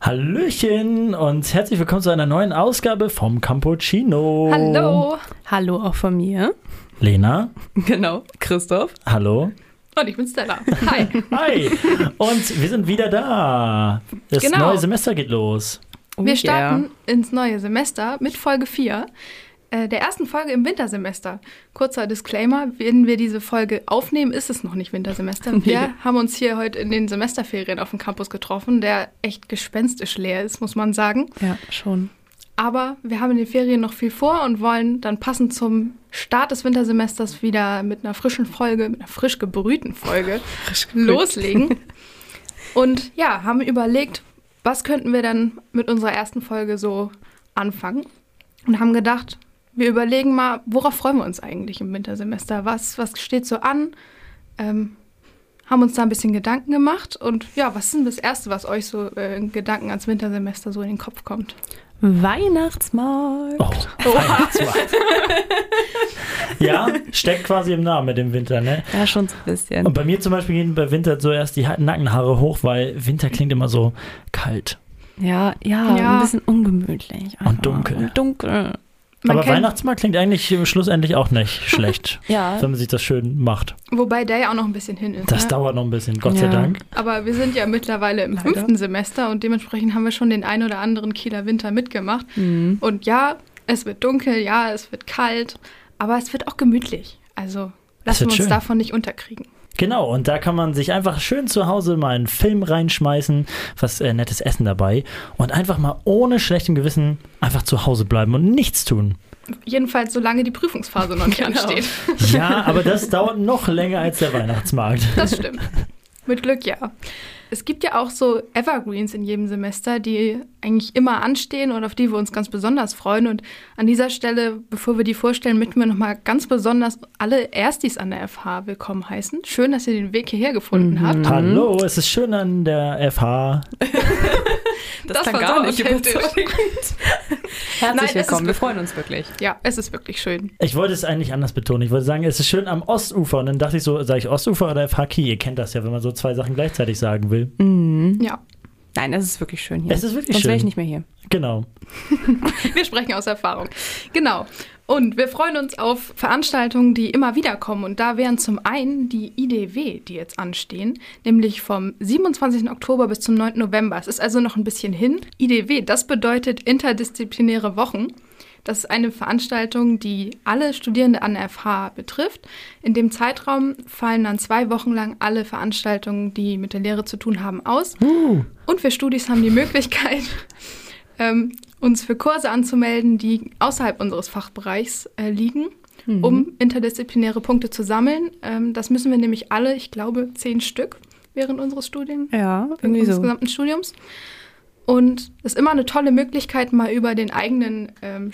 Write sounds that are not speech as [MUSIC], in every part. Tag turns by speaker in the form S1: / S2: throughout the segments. S1: Hallöchen und herzlich willkommen zu einer neuen Ausgabe vom Cappuccino.
S2: Hallo!
S3: Hallo auch von mir.
S1: Lena,
S3: [LAUGHS] Genau, Christoph.
S1: hallo.
S2: Und ich bin Stella. Hi. [LAUGHS]
S1: Hi. Und wir sind wieder da. Das
S2: Genau.
S1: neue Semester geht los.
S3: Oh
S2: Wir starten ins neue Semester mit Folge 4, äh, der ersten Folge im Wintersemester. Kurzer Disclaimer, wenn wir diese Folge aufnehmen, ist es noch nicht Wintersemester. Wir haben uns hier heute in den Semesterferien auf dem Campus getroffen, der echt gespenstisch leer ist, muss man sagen.
S3: Ja, schon.
S2: Aber wir haben in den Ferien noch viel vor und wollen dann passend zum Start des Wintersemesters wieder mit einer frischen Folge, mit einer frisch gebrühten [LAUGHS] Folge loslegen. Und ja, haben überlegt, was könnten wir dann mit unserer ersten Folge so anfangen? Und haben gedacht, wir überlegen mal, worauf freuen wir uns eigentlich im Wintersemester? Was, was steht so an? Ähm, haben uns da ein bisschen Gedanken gemacht und ja, was ist denn das Erste, was euch so äh, in Gedanken ans Wintersemester so in den Kopf kommt?
S3: Weihnachtsmarkt.
S1: Oh, Weihnachtsmarkt. ja, steckt quasi im Namen mit dem Winter, ne?
S3: Ja, schon so ein bisschen.
S1: Und bei mir zum Beispiel gehen bei Winter zuerst die Ha- Nackenhaare hoch, weil Winter klingt immer so kalt.
S3: Ja, ja,
S2: Ja.
S3: ein bisschen ungemütlich. einfach.
S1: dunkel.
S3: Und dunkel.
S2: Man
S1: Aber
S2: kennt-
S1: Weihnachtsmarkt klingt eigentlich im schlussendlich auch nicht
S2: [LAUGHS]
S1: schlecht,
S3: Ja.
S1: wenn man sich das schön macht.
S2: Wobei der ja auch noch ein bisschen hin ist.
S1: Das
S2: ne?
S1: dauert noch ein bisschen, Gott sei
S3: Ja.
S1: Dank.
S2: Aber wir sind ja mittlerweile im
S3: Leider.
S2: fünften Semester und dementsprechend haben wir schon den ein oder anderen Kieler Winter mitgemacht.
S3: Mhm.
S2: Und ja, es wird dunkel, ja, es wird kalt, aber es wird auch gemütlich. Also lassen wir
S1: wird
S2: uns
S1: schön.
S2: davon nicht unterkriegen.
S1: Genau, und da kann man sich einfach schön zu Hause mal einen Film reinschmeißen, was äh, nettes Essen dabei und einfach mal ohne schlechtem Gewissen einfach zu Hause bleiben und
S2: [LAUGHS]
S1: nichts tun.
S2: Jedenfalls, solange die Prüfungsphase noch nicht ansteht.
S1: Ja, aber das dauert noch länger als der Weihnachtsmarkt.
S2: Das stimmt. Mit Glück ja. Es gibt ja auch so Evergreens in jedem Semester, die eigentlich immer anstehen und auf die wir uns ganz besonders freuen. Und an dieser Stelle, bevor wir die vorstellen, möchten wir nochmal ganz besonders alle Erstis an der FH willkommen heißen. Schön, dass ihr den Weg hierher gefunden habt.
S1: Hallo, es ist schön an der FH.
S2: Das war so authentisch. Nein, es
S3: Herzlich
S2: ist
S3: willkommen, wir
S2: wirklich-
S3: freuen uns wirklich.
S2: Ja, es ist wirklich schön.
S1: Ich wollte es eigentlich anders betonen. Ich wollte sagen, es ist schön am Ostufer. Und dann dachte ich so, sage ich Ostufer oder FH Kiel? Ihr kennt das ja, wenn man so zwei Sachen gleichzeitig sagen will.
S2: Mhm. Ja,
S3: Nein, es ist wirklich schön hier.
S1: Es ist wirklich
S3: Sonst wäre ich
S1: schön.
S3: nicht mehr hier.
S1: Genau.
S2: [LAUGHS] wir sprechen aus Erfahrung. Genau. Und wir freuen uns auf Veranstaltungen, die immer wieder kommen. Und da wären zum einen die IDW, die jetzt anstehen, nämlich vom 27. Oktober bis zum 9. November. Es ist also noch ein bisschen hin. IDW, das bedeutet interdisziplinäre Wochen. Das ist eine Veranstaltung, die alle Studierende an der FH betrifft. In dem Zeitraum fallen dann zwei Wochen lang alle Veranstaltungen, die mit der Lehre zu tun haben, aus. Und wir Studis haben die Möglichkeit, ähm, uns für Kurse anzumelden, die außerhalb unseres Fachbereichs äh, liegen, um interdisziplinäre Punkte zu sammeln. Ähm, das müssen wir nämlich alle, ich glaube, zehn Stück während unseres Studiums
S3: Ja,
S2: während des gesamten Studiums. Und es ist immer eine tolle Möglichkeit, mal über den eigenen ähm,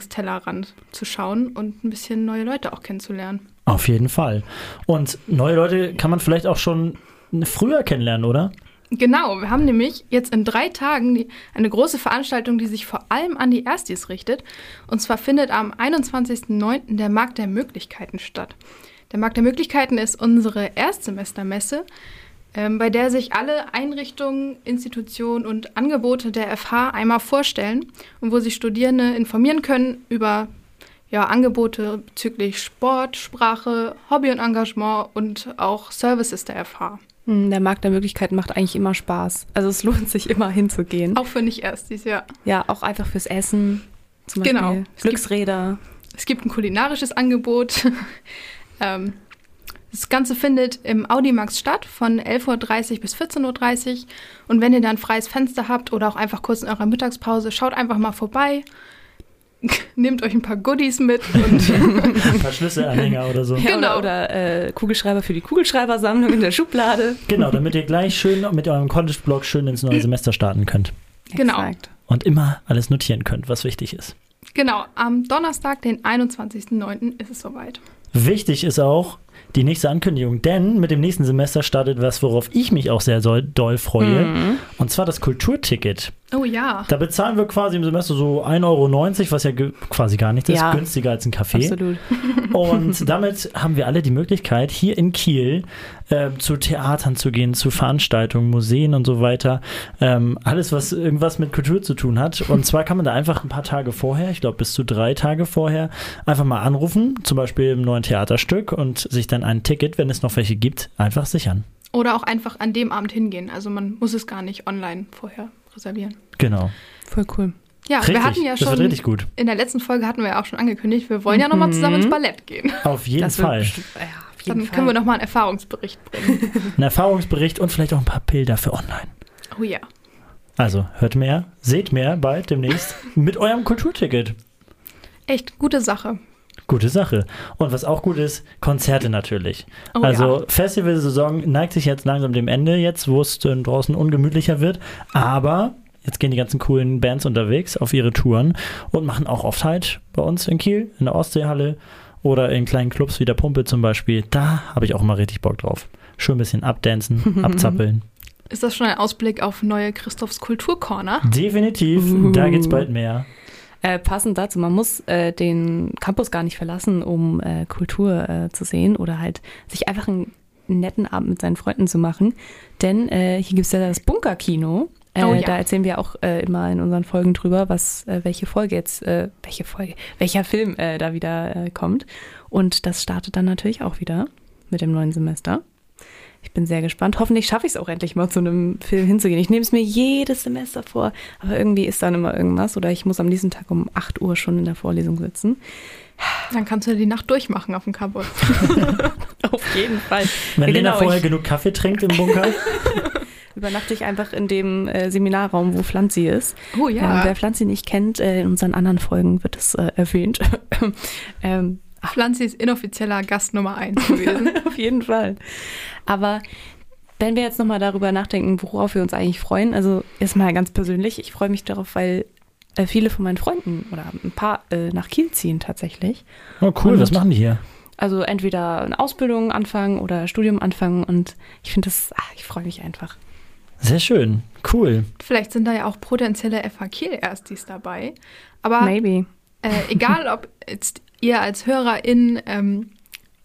S2: Studiengangstellerrand zu schauen und ein bisschen neue Leute auch kennenzulernen.
S1: Auf jeden Fall. Und neue Leute kann man vielleicht auch schon früher kennenlernen, oder?
S2: Genau, wir haben nämlich jetzt in drei Tagen die, eine große Veranstaltung, die sich vor allem an die Erstis richtet. Und zwar findet am 21.09. der Markt der Möglichkeiten statt. Der Markt der Möglichkeiten ist unsere Erstsemestermesse, ähm, bei der sich alle Einrichtungen, Institutionen und Angebote der FH einmal vorstellen und wo sich Studierende informieren können über ja, Angebote bezüglich Sport, Sprache, Hobby und Engagement und auch Services der FH.
S3: Hm, Der Markt der Möglichkeiten macht eigentlich immer Spaß. Also es lohnt sich immer hinzugehen.
S2: Auch für nicht Erstis, ja.
S3: Ja, auch einfach fürs Essen. Zum Beispiel
S2: Genau.
S3: Glücksräder.
S2: Es gibt ein kulinarisches Angebot. [LAUGHS] ähm, das Ganze findet im Audimax statt von 11.30 Uhr bis 14.30 Uhr. Und wenn ihr da ein freies Fenster habt oder auch einfach kurz in eurer Mittagspause, schaut einfach mal vorbei. [LAUGHS] Nehmt euch ein paar Goodies mit
S1: [LAUGHS]
S2: und
S1: Ein paar Schlüsselanhänger
S3: [LAUGHS]
S1: oder so.
S3: Ja,
S2: Genau.
S3: Oder, oder äh, Kugelschreiber für die Kugelschreibersammlung in der Schublade.
S1: Genau, damit ihr gleich schön mit eurem College-Blog schön ins neue Semester starten könnt.
S2: Genau.
S3: Exakt.
S1: Und immer alles notieren könnt, was wichtig ist.
S2: Genau, am Donnerstag, den 21.09. ist es soweit.
S1: Wichtig ist auch die nächste Ankündigung, denn mit dem nächsten Semester startet was, worauf ich mich auch sehr doll, doll freue,
S3: Mhm.
S1: und zwar das Kulturticket.
S2: Oh ja.
S1: Da bezahlen wir quasi im Semester so 1,90 Euro, was ja ge- quasi gar nichts
S3: Ja.
S1: ist, günstiger als ein Kaffee.
S3: Absolut.
S2: [LAUGHS]
S1: Und damit haben wir alle die Möglichkeit, hier in Kiel äh, zu Theatern zu gehen, zu Veranstaltungen, Museen und so weiter. Ähm, alles, was irgendwas mit Kultur zu tun hat. Und zwar kann man da einfach ein paar Tage vorher, ich glaube bis zu drei Tage vorher, einfach mal anrufen, zum Beispiel im neuen Theaterstück und sich dann ein Ticket, wenn es noch welche gibt, einfach sichern.
S2: Oder auch einfach an dem Abend hingehen. Also man muss es gar nicht online vorher reservieren.
S1: Genau.
S3: Voll cool.
S2: Ja,
S1: richtig.
S2: wir hatten ja
S1: das wird
S2: schon.
S1: richtig gut.
S2: In der letzten Folge hatten wir ja auch schon angekündigt, wir wollen ja nochmal zusammen
S1: Mhm.
S2: ins Ballett gehen.
S1: Auf jeden
S3: das
S1: Fall.
S3: Wird, bestimmt- ja, auf jeden
S2: Dann
S3: Fall.
S2: können wir nochmal einen Erfahrungsbericht bringen.
S1: Ein Erfahrungsbericht und vielleicht auch ein paar Bilder für online.
S2: Oh ja.
S1: Also hört mehr, seht mehr bald demnächst mit eurem Kulturticket.
S2: Echt gute Sache.
S1: Gute Sache. Und was auch gut ist, Konzerte natürlich.
S2: Oh
S1: also
S2: ja.
S1: Festivalsaison neigt sich jetzt langsam dem Ende, jetzt wo es dann draußen ungemütlicher wird. Aber jetzt gehen die ganzen coolen Bands unterwegs auf ihre Touren und machen auch oft halt bei uns in Kiel, in der Ostseehalle oder in kleinen Clubs wie der Pumpe zum Beispiel. Da habe ich auch immer richtig Bock drauf. Schön ein bisschen abdancen, abzappeln.
S2: Ist das schon ein Ausblick auf neue Christophs Kulturcorner?
S1: Definitiv, da geht's bald mehr.
S3: Äh, passend dazu, man muss äh, den Campus gar nicht verlassen, um äh, Kultur äh, zu sehen oder halt sich einfach einen netten Abend mit seinen Freunden zu machen. Denn äh, hier gibt es ja das Bunkerkino. Äh,
S2: Oh ja.
S3: Da erzählen wir auch äh, immer in unseren Folgen drüber, was, äh, welche Folge jetzt, äh, welche Folge, welcher Film äh, da wieder äh, kommt. Und das startet dann natürlich auch wieder mit dem neuen Semester. Ich bin sehr gespannt. Hoffentlich schaffe ich es auch endlich mal zu einem Film hinzugehen. Ich nehme es mir jedes Semester vor, aber irgendwie ist dann immer irgendwas oder ich muss am nächsten Tag um 8 Uhr schon in der Vorlesung sitzen. [LAUGHS]
S2: Dann kannst du die Nacht durchmachen auf dem Campus.
S3: Auf jeden Fall.
S1: Wenn
S3: Ja,
S1: Lena
S3: genau,
S1: vorher
S3: ich-
S1: genug Kaffee trinkt im Bunker,
S3: Übernachte ich einfach in dem äh, Seminarraum, wo Pflanzi ist.
S2: Oh ja.
S3: Ähm, wer Pflanzi nicht kennt, äh, in unseren anderen Folgen wird es äh, erwähnt. [LAUGHS] ähm,
S2: Pflanzi ist inoffizieller Gast Nummer 1 gewesen.
S3: Auf jeden Fall. Aber wenn wir jetzt nochmal darüber nachdenken, worauf wir uns eigentlich freuen, also erstmal ganz persönlich, ich freue mich darauf, weil äh, viele von meinen Freunden oder ein paar äh, nach Kiel ziehen tatsächlich.
S1: oh cool,
S3: Und-
S1: was machen die hier?
S3: Also entweder eine Ausbildung anfangen oder Studium anfangen und ich finde das, ach, ich freue mich einfach.
S1: Sehr schön, cool.
S2: Vielleicht sind da ja auch potenzielle FH Kiel-Erstis dabei. Aber
S3: Maybe.
S2: äh, egal, ob jetzt ihr als HörerIn ähm,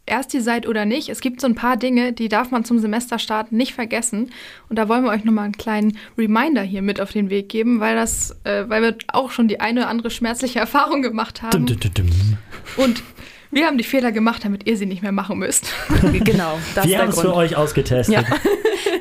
S2: Ersti seid oder nicht, es gibt so ein paar Dinge, die darf man zum Semesterstart nicht vergessen. Und da wollen wir euch nochmal einen kleinen Reminder hier mit auf den Weg geben, weil, das, äh, weil wir auch schon die eine oder andere schmerzliche Erfahrung gemacht haben.
S1: Dum, dum, dum, dum.
S2: Und wir haben die Fehler gemacht, damit ihr sie nicht mehr machen
S1: [LAUGHS]
S2: müsst.
S3: [LAUGHS] Genau, das
S1: Wir haben es
S3: ist der
S1: für
S3: Grund.
S1: euch ausgetestet. [LAUGHS]
S3: Ja.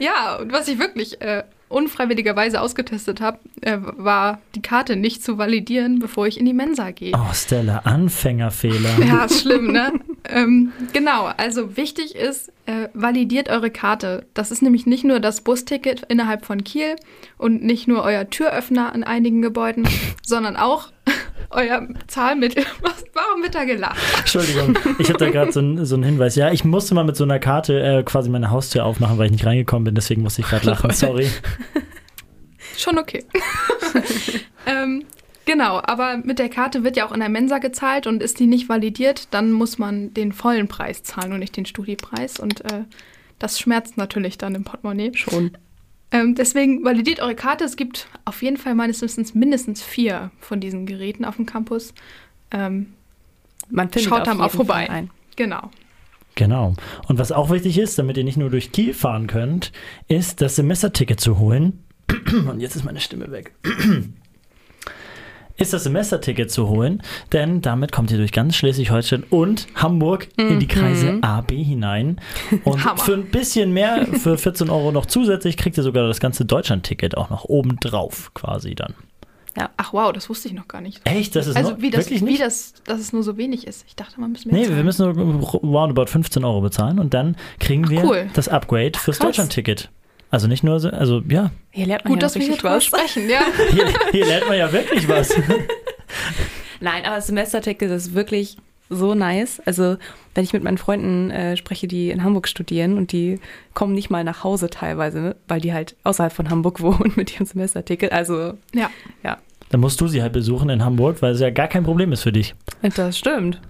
S2: ja, und was ich wirklich äh, unfreiwilligerweise ausgetestet habe, äh, war die Karte nicht zu validieren, bevor ich in die Mensa gehe.
S1: Oh, Stella, Anfängerfehler.
S2: Ja, ist schlimm, ne? ähm, genau, also wichtig ist, äh, validiert eure Karte. Das ist nämlich nicht nur das Busticket innerhalb von Kiel und nicht nur euer Türöffner in einigen Gebäuden, [LAUGHS] sondern auch [LAUGHS] euer Zahlmittel. [LAUGHS] Was, warum wird da gelacht?
S1: Entschuldigung, ich habe da gerade so, einen- so einen Hinweis. Ja, ich musste mal mit so einer Karte äh, quasi meine Haustür aufmachen, weil ich nicht reingekommen bin. Deswegen musste ich
S3: [LAUGHS]
S1: gerade lachen. Sorry.
S2: Schon okay. [LAUGHS] ähm, genau, aber mit der Karte wird ja auch in der Mensa gezahlt und ist die nicht validiert, dann muss man den vollen Preis zahlen und nicht den Studiepreis. Und äh, das schmerzt natürlich dann im Portemonnaie.
S3: Schon.
S2: Ähm, deswegen validiert eure Karte. Es gibt auf jeden Fall meines Wissens mindestens vier von diesen Geräten auf dem Campus. Ähm,
S3: Man findet
S2: Schaut
S3: auf
S2: da mal
S3: jeden
S2: vorbei.
S3: Fall ein.
S2: genau.
S1: Genau. Und was auch wichtig ist, damit ihr nicht nur durch Kiel fahren könnt, ist das Semesterticket zu holen. [CLEARS THROAT] Und jetzt ist meine Stimme weg. [CLEARS THROAT] Ist das Semesterticket zu holen, denn damit kommt ihr durch ganz Schleswig-Holstein und Hamburg in die Kreise A,
S2: [LAUGHS]
S1: B hinein. Und
S2: Mhm. Hammer.
S1: für ein bisschen mehr, für 14 Euro noch zusätzlich, kriegt ihr sogar das ganze Deutschland-Ticket auch noch obendrauf quasi dann.
S2: Ach wow, das wusste ich noch gar nicht.
S1: Echt? Das ist
S2: Also
S1: noch,
S2: wie das,
S1: wirklich
S2: wie
S1: nicht?
S2: das, dass es nur so wenig ist. Ich dachte, man müssen mehr
S1: Nee,
S2: zahlen.
S1: wir müssen nur roundabout 15 Euro bezahlen und dann kriegen wir
S2: cool.
S1: das Upgrade fürs
S3: krass.
S1: Deutschland-Ticket. Also nicht nur, so- also ja,
S3: Hier lernt man
S2: Gut,
S3: ja
S2: dass wir hier
S3: richtig
S1: [LAUGHS]
S2: drüber
S3: was.
S2: sprechen. Ja.
S1: hier, hier lernt man ja
S3: [LAUGHS]
S1: wirklich was.
S3: Nein, aber das Semesterticket ist wirklich so nice. Also wenn ich mit meinen Freunden äh, spreche, die in Hamburg studieren und die kommen nicht mal nach [LAUGHS] Hause teilweise, ne? weil die halt außerhalb von Hamburg wohnen mit ihrem Semesterticket. Also
S2: ja.
S3: ja,
S1: Dann musst du sie halt besuchen in Hamburg, weil es ja gar kein Problem ist für dich.
S3: Das stimmt.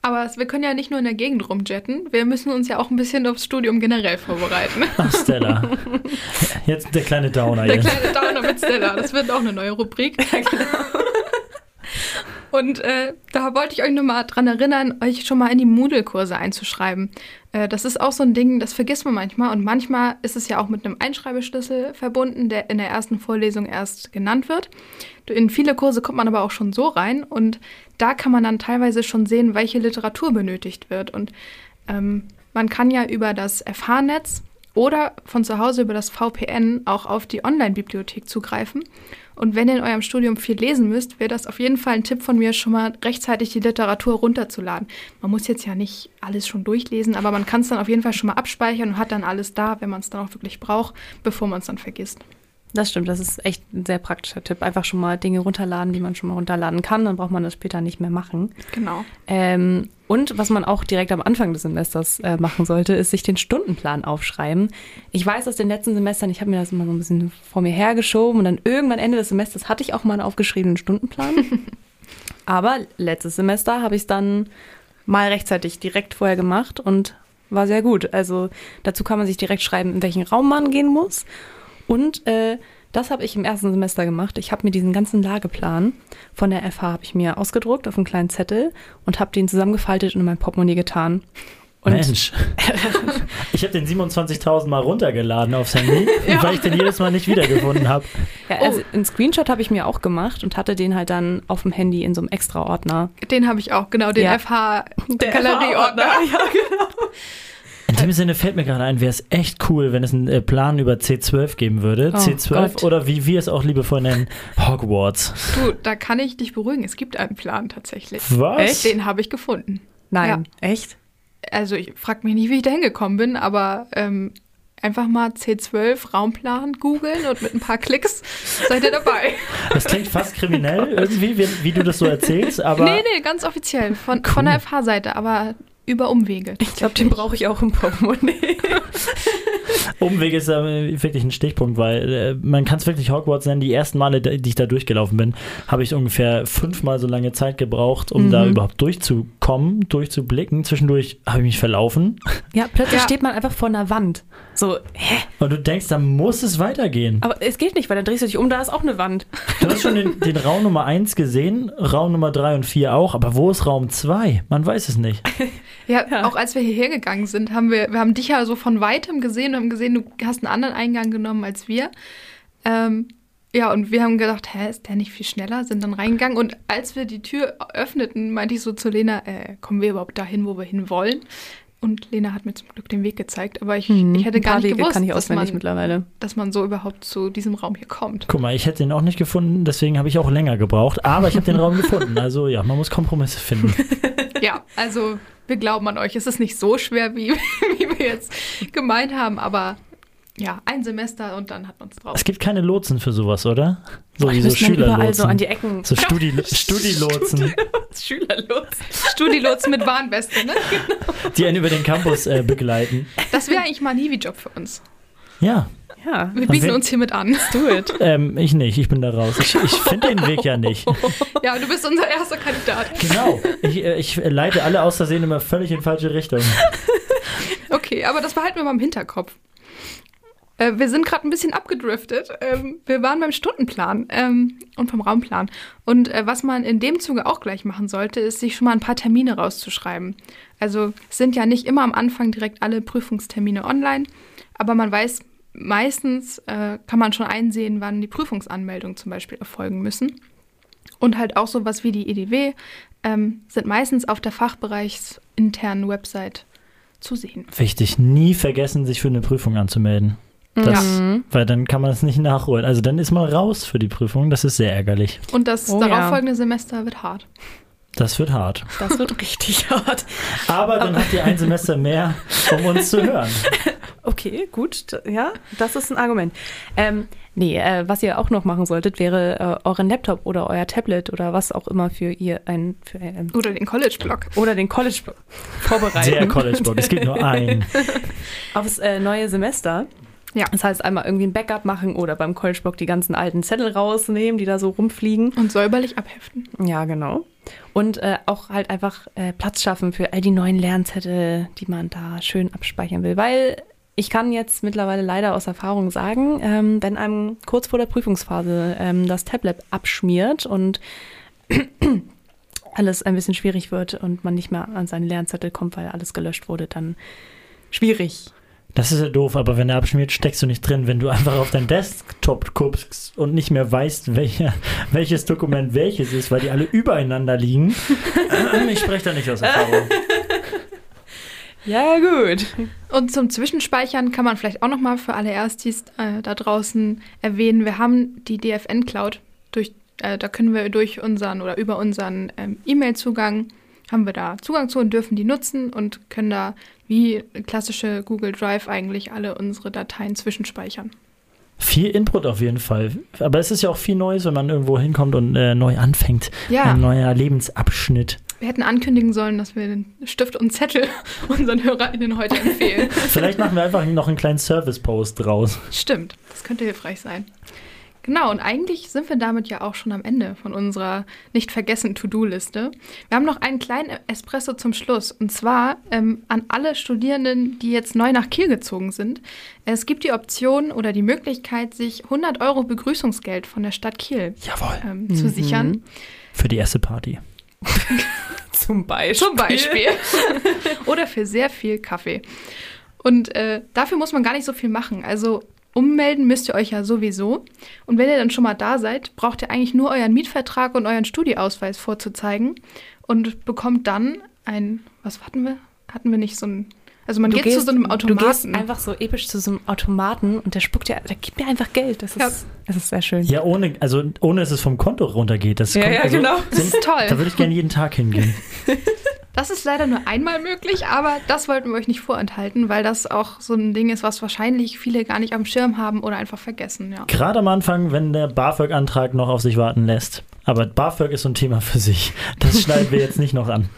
S2: Aber es- wir können ja nicht nur in der Gegend rumjetten. Wir müssen uns ja auch ein bisschen aufs Studium generell vorbereiten.
S1: Ach, Ah, Stella.
S3: [LAUGHS]
S1: Jetzt der kleine Downer.
S2: Der
S1: Jetzt.
S2: kleine Downer mit Stella. Das wird auch eine neue Rubrik. [LAUGHS] Und äh, da wollte ich euch nur mal dran erinnern, euch schon mal in die Moodle-Kurse einzuschreiben. Äh, das ist auch so ein Ding, das vergisst man manchmal. Und manchmal ist es ja auch mit einem Einschreibeschlüssel verbunden, der in der ersten Vorlesung erst genannt wird. In viele Kurse kommt man aber auch schon so rein. Und da kann man dann teilweise schon sehen, welche Literatur benötigt wird. Und ähm, man kann ja über das FH-Netz oder von zu Hause über das VPN auch auf die Online-Bibliothek zugreifen. Und wenn ihr in eurem Studium viel lesen müsst, wäre das auf jeden Fall ein Tipp von mir, schon mal rechtzeitig die Literatur runterzuladen. Man muss jetzt ja nicht alles schon durchlesen, aber man kann es dann auf jeden Fall schon mal abspeichern und hat dann alles da, wenn man es dann auch wirklich braucht, bevor man es dann vergisst.
S3: Das stimmt, das ist echt ein sehr praktischer Tipp. Einfach schon mal Dinge runterladen, die man schon mal runterladen kann, dann braucht man das später nicht mehr machen.
S2: Genau.
S3: Ähm, und was man auch direkt am Anfang des Semesters äh, machen sollte, ist sich den Stundenplan aufschreiben. Ich weiß aus den letzten Semestern, ich habe mir das immer so ein bisschen vor mir hergeschoben und dann irgendwann Ende des Semesters hatte ich auch mal einen aufgeschriebenen Stundenplan. Aber letztes Semester habe ich es dann mal rechtzeitig direkt vorher gemacht und war sehr gut. Also dazu kann man sich direkt schreiben, in welchen Raum man gehen muss. Und äh, das habe ich im ersten Semester gemacht. Ich habe mir diesen ganzen Lageplan von der FH habe ich mir ausgedruckt auf einen kleinen Zettel und habe den zusammengefaltet und in mein Portemonnaie getan. Und [LAUGHS]
S1: Mensch. Ich habe den 27.000 Mal runtergeladen aufs Handy,
S3: [LAUGHS]
S1: weil ich den jedes Mal nicht wiedergefunden habe.
S3: Ja, also einen Screenshot habe ich mir auch gemacht und hatte den halt dann auf dem Handy in so einem extra Ordner.
S2: Den habe ich auch, genau, den
S3: Ja.
S2: FH-Galerieordner.
S3: [LAUGHS] Ja, genau.
S1: In dem Sinne fällt mir gerade ein, wäre es echt cool, wenn es einen äh, Plan über C12 geben würde.
S3: Oh
S1: C12
S3: Gott.
S1: oder wie wir es auch liebevoll nennen, Hogwarts.
S2: Du, da kann ich dich beruhigen. Es gibt einen Plan tatsächlich.
S1: Was?
S2: Den habe ich gefunden.
S3: Nein, echt?
S2: also ich frag mich nicht, wie ich da hingekommen bin, aber ähm, einfach mal C12 Raumplan googeln und mit ein paar Klicks seid ihr dabei.
S1: Das klingt fast kriminell irgendwie, wie, wie du das so erzählst, aber
S2: nee, nee, ganz offiziell von, von der FH-Seite, aber über Umwege.
S3: Ich glaube, den brauche ich auch im Portemonnaie.
S1: Umweg ist äh, wirklich ein Stichpunkt, weil äh, man kann es wirklich Hogwarts nennen. Die ersten Male, da- die ich da durchgelaufen bin, habe ich ungefähr fünfmal so lange Zeit gebraucht, um
S2: Mhm.
S1: da überhaupt durchzukommen, durchzublicken. Zwischendurch habe ich mich verlaufen
S3: Ja, plötzlich
S2: Ja.
S3: steht man einfach vor einer Wand. So, hä?
S1: und du denkst, da muss es weitergehen.
S3: Aber es geht nicht, weil dann drehst du dich um, da ist auch eine Wand.
S1: Du hast schon den, den Raum Nummer 1 gesehen, Raum Nummer 3 und 4 auch, aber wo ist Raum 2? Man weiß es nicht.
S2: Ja,
S3: Ja.
S2: auch als wir hierher gegangen sind, haben wir, wir haben dich ja so von weitem gesehen und haben gesehen, du hast einen anderen Eingang genommen als wir. Ähm, ja, und wir haben gedacht, hä, ist der nicht viel schneller? Sind dann reingegangen. Und als wir die Tür öffneten, meinte ich so zu Lena, äh, kommen wir überhaupt dahin, wo wir hin wollen? Und Lena hat mir zum Glück den Weg gezeigt, aber ich, ich hätte
S3: Hm, Ein paar
S2: Hm. gar nicht
S3: Wege
S2: gewusst,
S3: kann ich
S2: dass,
S3: auswendig
S2: man,
S3: mittlerweile.
S2: dass man so überhaupt zu diesem Raum hier kommt.
S1: Guck mal, ich hätte den auch nicht gefunden, deswegen habe ich auch länger gebraucht, aber ich habe den Raum gefunden. Also ja, man muss Kompromisse finden.
S2: Ja, also wir glauben an euch. Es ist nicht so schwer, wie, [LAUGHS] wie wir jetzt gemeint haben, aber ja, ein Semester und dann hat man es drauf.
S3: [LAUGHS]
S1: Es gibt keine Lotsen für sowas, oder? So wie so
S3: müssen dann überall so
S1: Schülerlotsen.
S3: an die Ecken. [LAUGHS]
S1: So Studi Studilotsen,
S3: Schülerlos.
S2: Studilotsen mit Warnweste, ne?
S1: die einen über den Campus äh, begleiten.
S2: Das wäre eigentlich mal ein Hiwi-Job für uns.
S1: Ja,
S3: Ja,
S2: Wir bieten
S1: wir-
S2: uns hiermit an.
S3: do it.
S1: ähm, ich nicht, ich bin da raus. Ich, ich finde den Weg ja nicht.
S2: Ja, du bist unser erster Kandidat.
S1: Genau, ich, äh, ich leite alle aus Versehen immer völlig in falsche Richtung.
S2: Okay, aber das behalten wir mal im Hinterkopf. Äh, wir sind gerade ein bisschen abgedriftet. Ähm, wir waren beim Stundenplan ähm, und vom Raumplan. Und äh, was man in dem Zuge auch gleich machen sollte, ist, sich schon mal ein paar Termine rauszuschreiben. Also es sind ja nicht immer am Anfang direkt alle Prüfungstermine online, aber man weiß, meistens äh, kann man schon einsehen, wann die Prüfungsanmeldungen zum Beispiel erfolgen müssen. Und halt auch sowas wie die EDW ähm, sind meistens auf der fachbereichsinternen Website zu sehen.
S1: Wichtig, nie vergessen, sich für eine Prüfung anzumelden. Das, Weil dann kann man es nicht nachholen. Also dann ist man raus für die Prüfung, das ist sehr ärgerlich.
S2: Und das
S3: Oh,
S2: darauffolgende Semester wird hart.
S1: Das wird hart.
S3: Das
S2: [LAUGHS]
S3: wird richtig hart.
S1: Aber dann habt ihr ein Semester mehr, um uns zu hören.
S3: Okay, gut, d- ja, das ist ein Argument. Ähm, nee, äh, was ihr auch noch machen solltet, wäre äh, euren Laptop oder euer Tablet oder was auch immer für ihr ein für, ähm,
S2: Oder den College-Blog.
S3: oder den College vorbereiten
S1: Der College Blog, es gibt nur einen.
S3: aufs äh, neue Semester.
S2: Ja.
S3: Das heißt, einmal irgendwie ein Backup machen oder beim College-Block die ganzen alten Zettel rausnehmen, die da so rumfliegen.
S2: Und säuberlich abheften.
S3: Ja, genau. Und äh, auch halt einfach äh, Platz schaffen für all die neuen Lernzettel, die man da schön abspeichern will. Weil ich kann jetzt mittlerweile leider aus Erfahrung sagen, ähm, wenn einem kurz vor der Prüfungsphase ähm, das Tablet abschmiert und [CLEARS THROAT] alles ein bisschen schwierig wird und man nicht mehr an seinen Lernzettel kommt, weil alles gelöscht wurde, dann schwierig.
S1: Das ist ja doof, aber wenn er abschmiert, steckst du nicht drin. Wenn du einfach auf deinen Desktop guckst und nicht mehr weißt, welcher, welches Dokument welches ist, weil die alle übereinander liegen. ich spreche da nicht aus Erfahrung.
S3: Ja, gut.
S2: Und zum Zwischenspeichern kann man vielleicht auch nochmal für alle Erstis äh, da draußen erwähnen, wir haben die DFN Cloud. Durch, äh, da können wir durch unseren oder über unseren ähm, E-Mail-Zugang haben wir da Zugang zu und dürfen die nutzen und können da wie klassische Google Drive eigentlich alle unsere Dateien zwischenspeichern.
S1: Viel Input auf jeden Fall. Aber es ist ja auch viel Neues, wenn man irgendwo hinkommt und äh, neu anfängt.
S2: Ja.
S1: Ein neuer Lebensabschnitt.
S2: Wir hätten ankündigen sollen, dass wir den Stift und Zettel [LAUGHS] unseren HörerInnen heute empfehlen.
S1: Vielleicht machen wir einfach noch einen kleinen Service-Post draus.
S2: Stimmt, das könnte hilfreich sein. Genau, und eigentlich sind wir damit ja auch schon am Ende von unserer nicht vergessen To-Do-Liste. Wir haben noch einen kleinen Espresso zum Schluss. Und zwar ähm, an alle Studierenden, die jetzt neu nach Kiel gezogen sind. Es gibt die Option oder die Möglichkeit, sich 100 Euro Begrüßungsgeld von der Stadt Kiel
S1: Jawohl.
S2: ähm, zu sichern.
S1: Für die erste Party.
S3: Zum Beispiel.
S2: Zum Beispiel. [LAUGHS] Oder für sehr viel Kaffee. Und äh, dafür muss man gar nicht so viel machen. Also ummelden müsst ihr euch ja sowieso. Und wenn ihr dann schon mal da seid, braucht ihr eigentlich nur euren Mietvertrag und euren Studieausweis vorzuzeigen und bekommt dann ein, was hatten wir? Hatten wir nicht so ein, also man
S3: Du
S2: geht
S3: gehst,
S2: zu so einem Automaten.
S3: Du gehst einfach so episch zu so einem Automaten und der spuckt dir, der gibt dir einfach Geld. Das ist,
S2: Ja.
S3: das ist sehr schön.
S1: Ja, ohne, also ohne dass es vom Konto runtergeht. Das
S3: Ja,
S1: kommt,
S3: ja,
S1: also, [LAUGHS]
S3: genau.
S2: das
S3: [LAUGHS]
S2: ist
S1: Da
S2: toll.
S1: würde ich gerne jeden Tag hingehen.
S2: Das ist leider nur einmal möglich, aber das wollten wir euch nicht vorenthalten, weil das auch so ein Ding ist, was wahrscheinlich viele gar nicht am Schirm haben oder einfach vergessen. Ja.
S1: Gerade am Anfang, wenn der BAföG-Antrag noch auf sich warten lässt. Aber BAföG ist so ein Thema für sich.
S3: [LAUGHS]
S1: Das schneiden wir jetzt nicht noch an.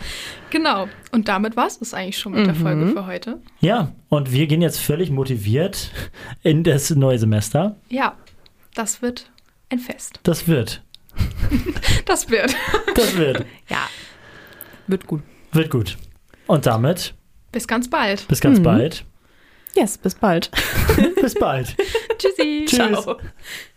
S2: Genau. Und damit war es eigentlich schon mit der Folge für heute.
S1: Ja, und wir gehen jetzt völlig motiviert in das neue Semester.
S2: Ja, das wird ein Fest.
S1: Das wird.
S2: Das wird.
S3: [LAUGHS]
S1: Das wird.
S3: Ja. Wird gut.
S1: Wird gut. Und damit,
S2: Bis ganz bald.
S1: bis
S3: Mhm.
S1: ganz bald.
S3: [LAUGHS] Yes, bis bald.
S1: Bis bald.
S2: Tschüssi.
S1: Tschüss.
S3: Ciao.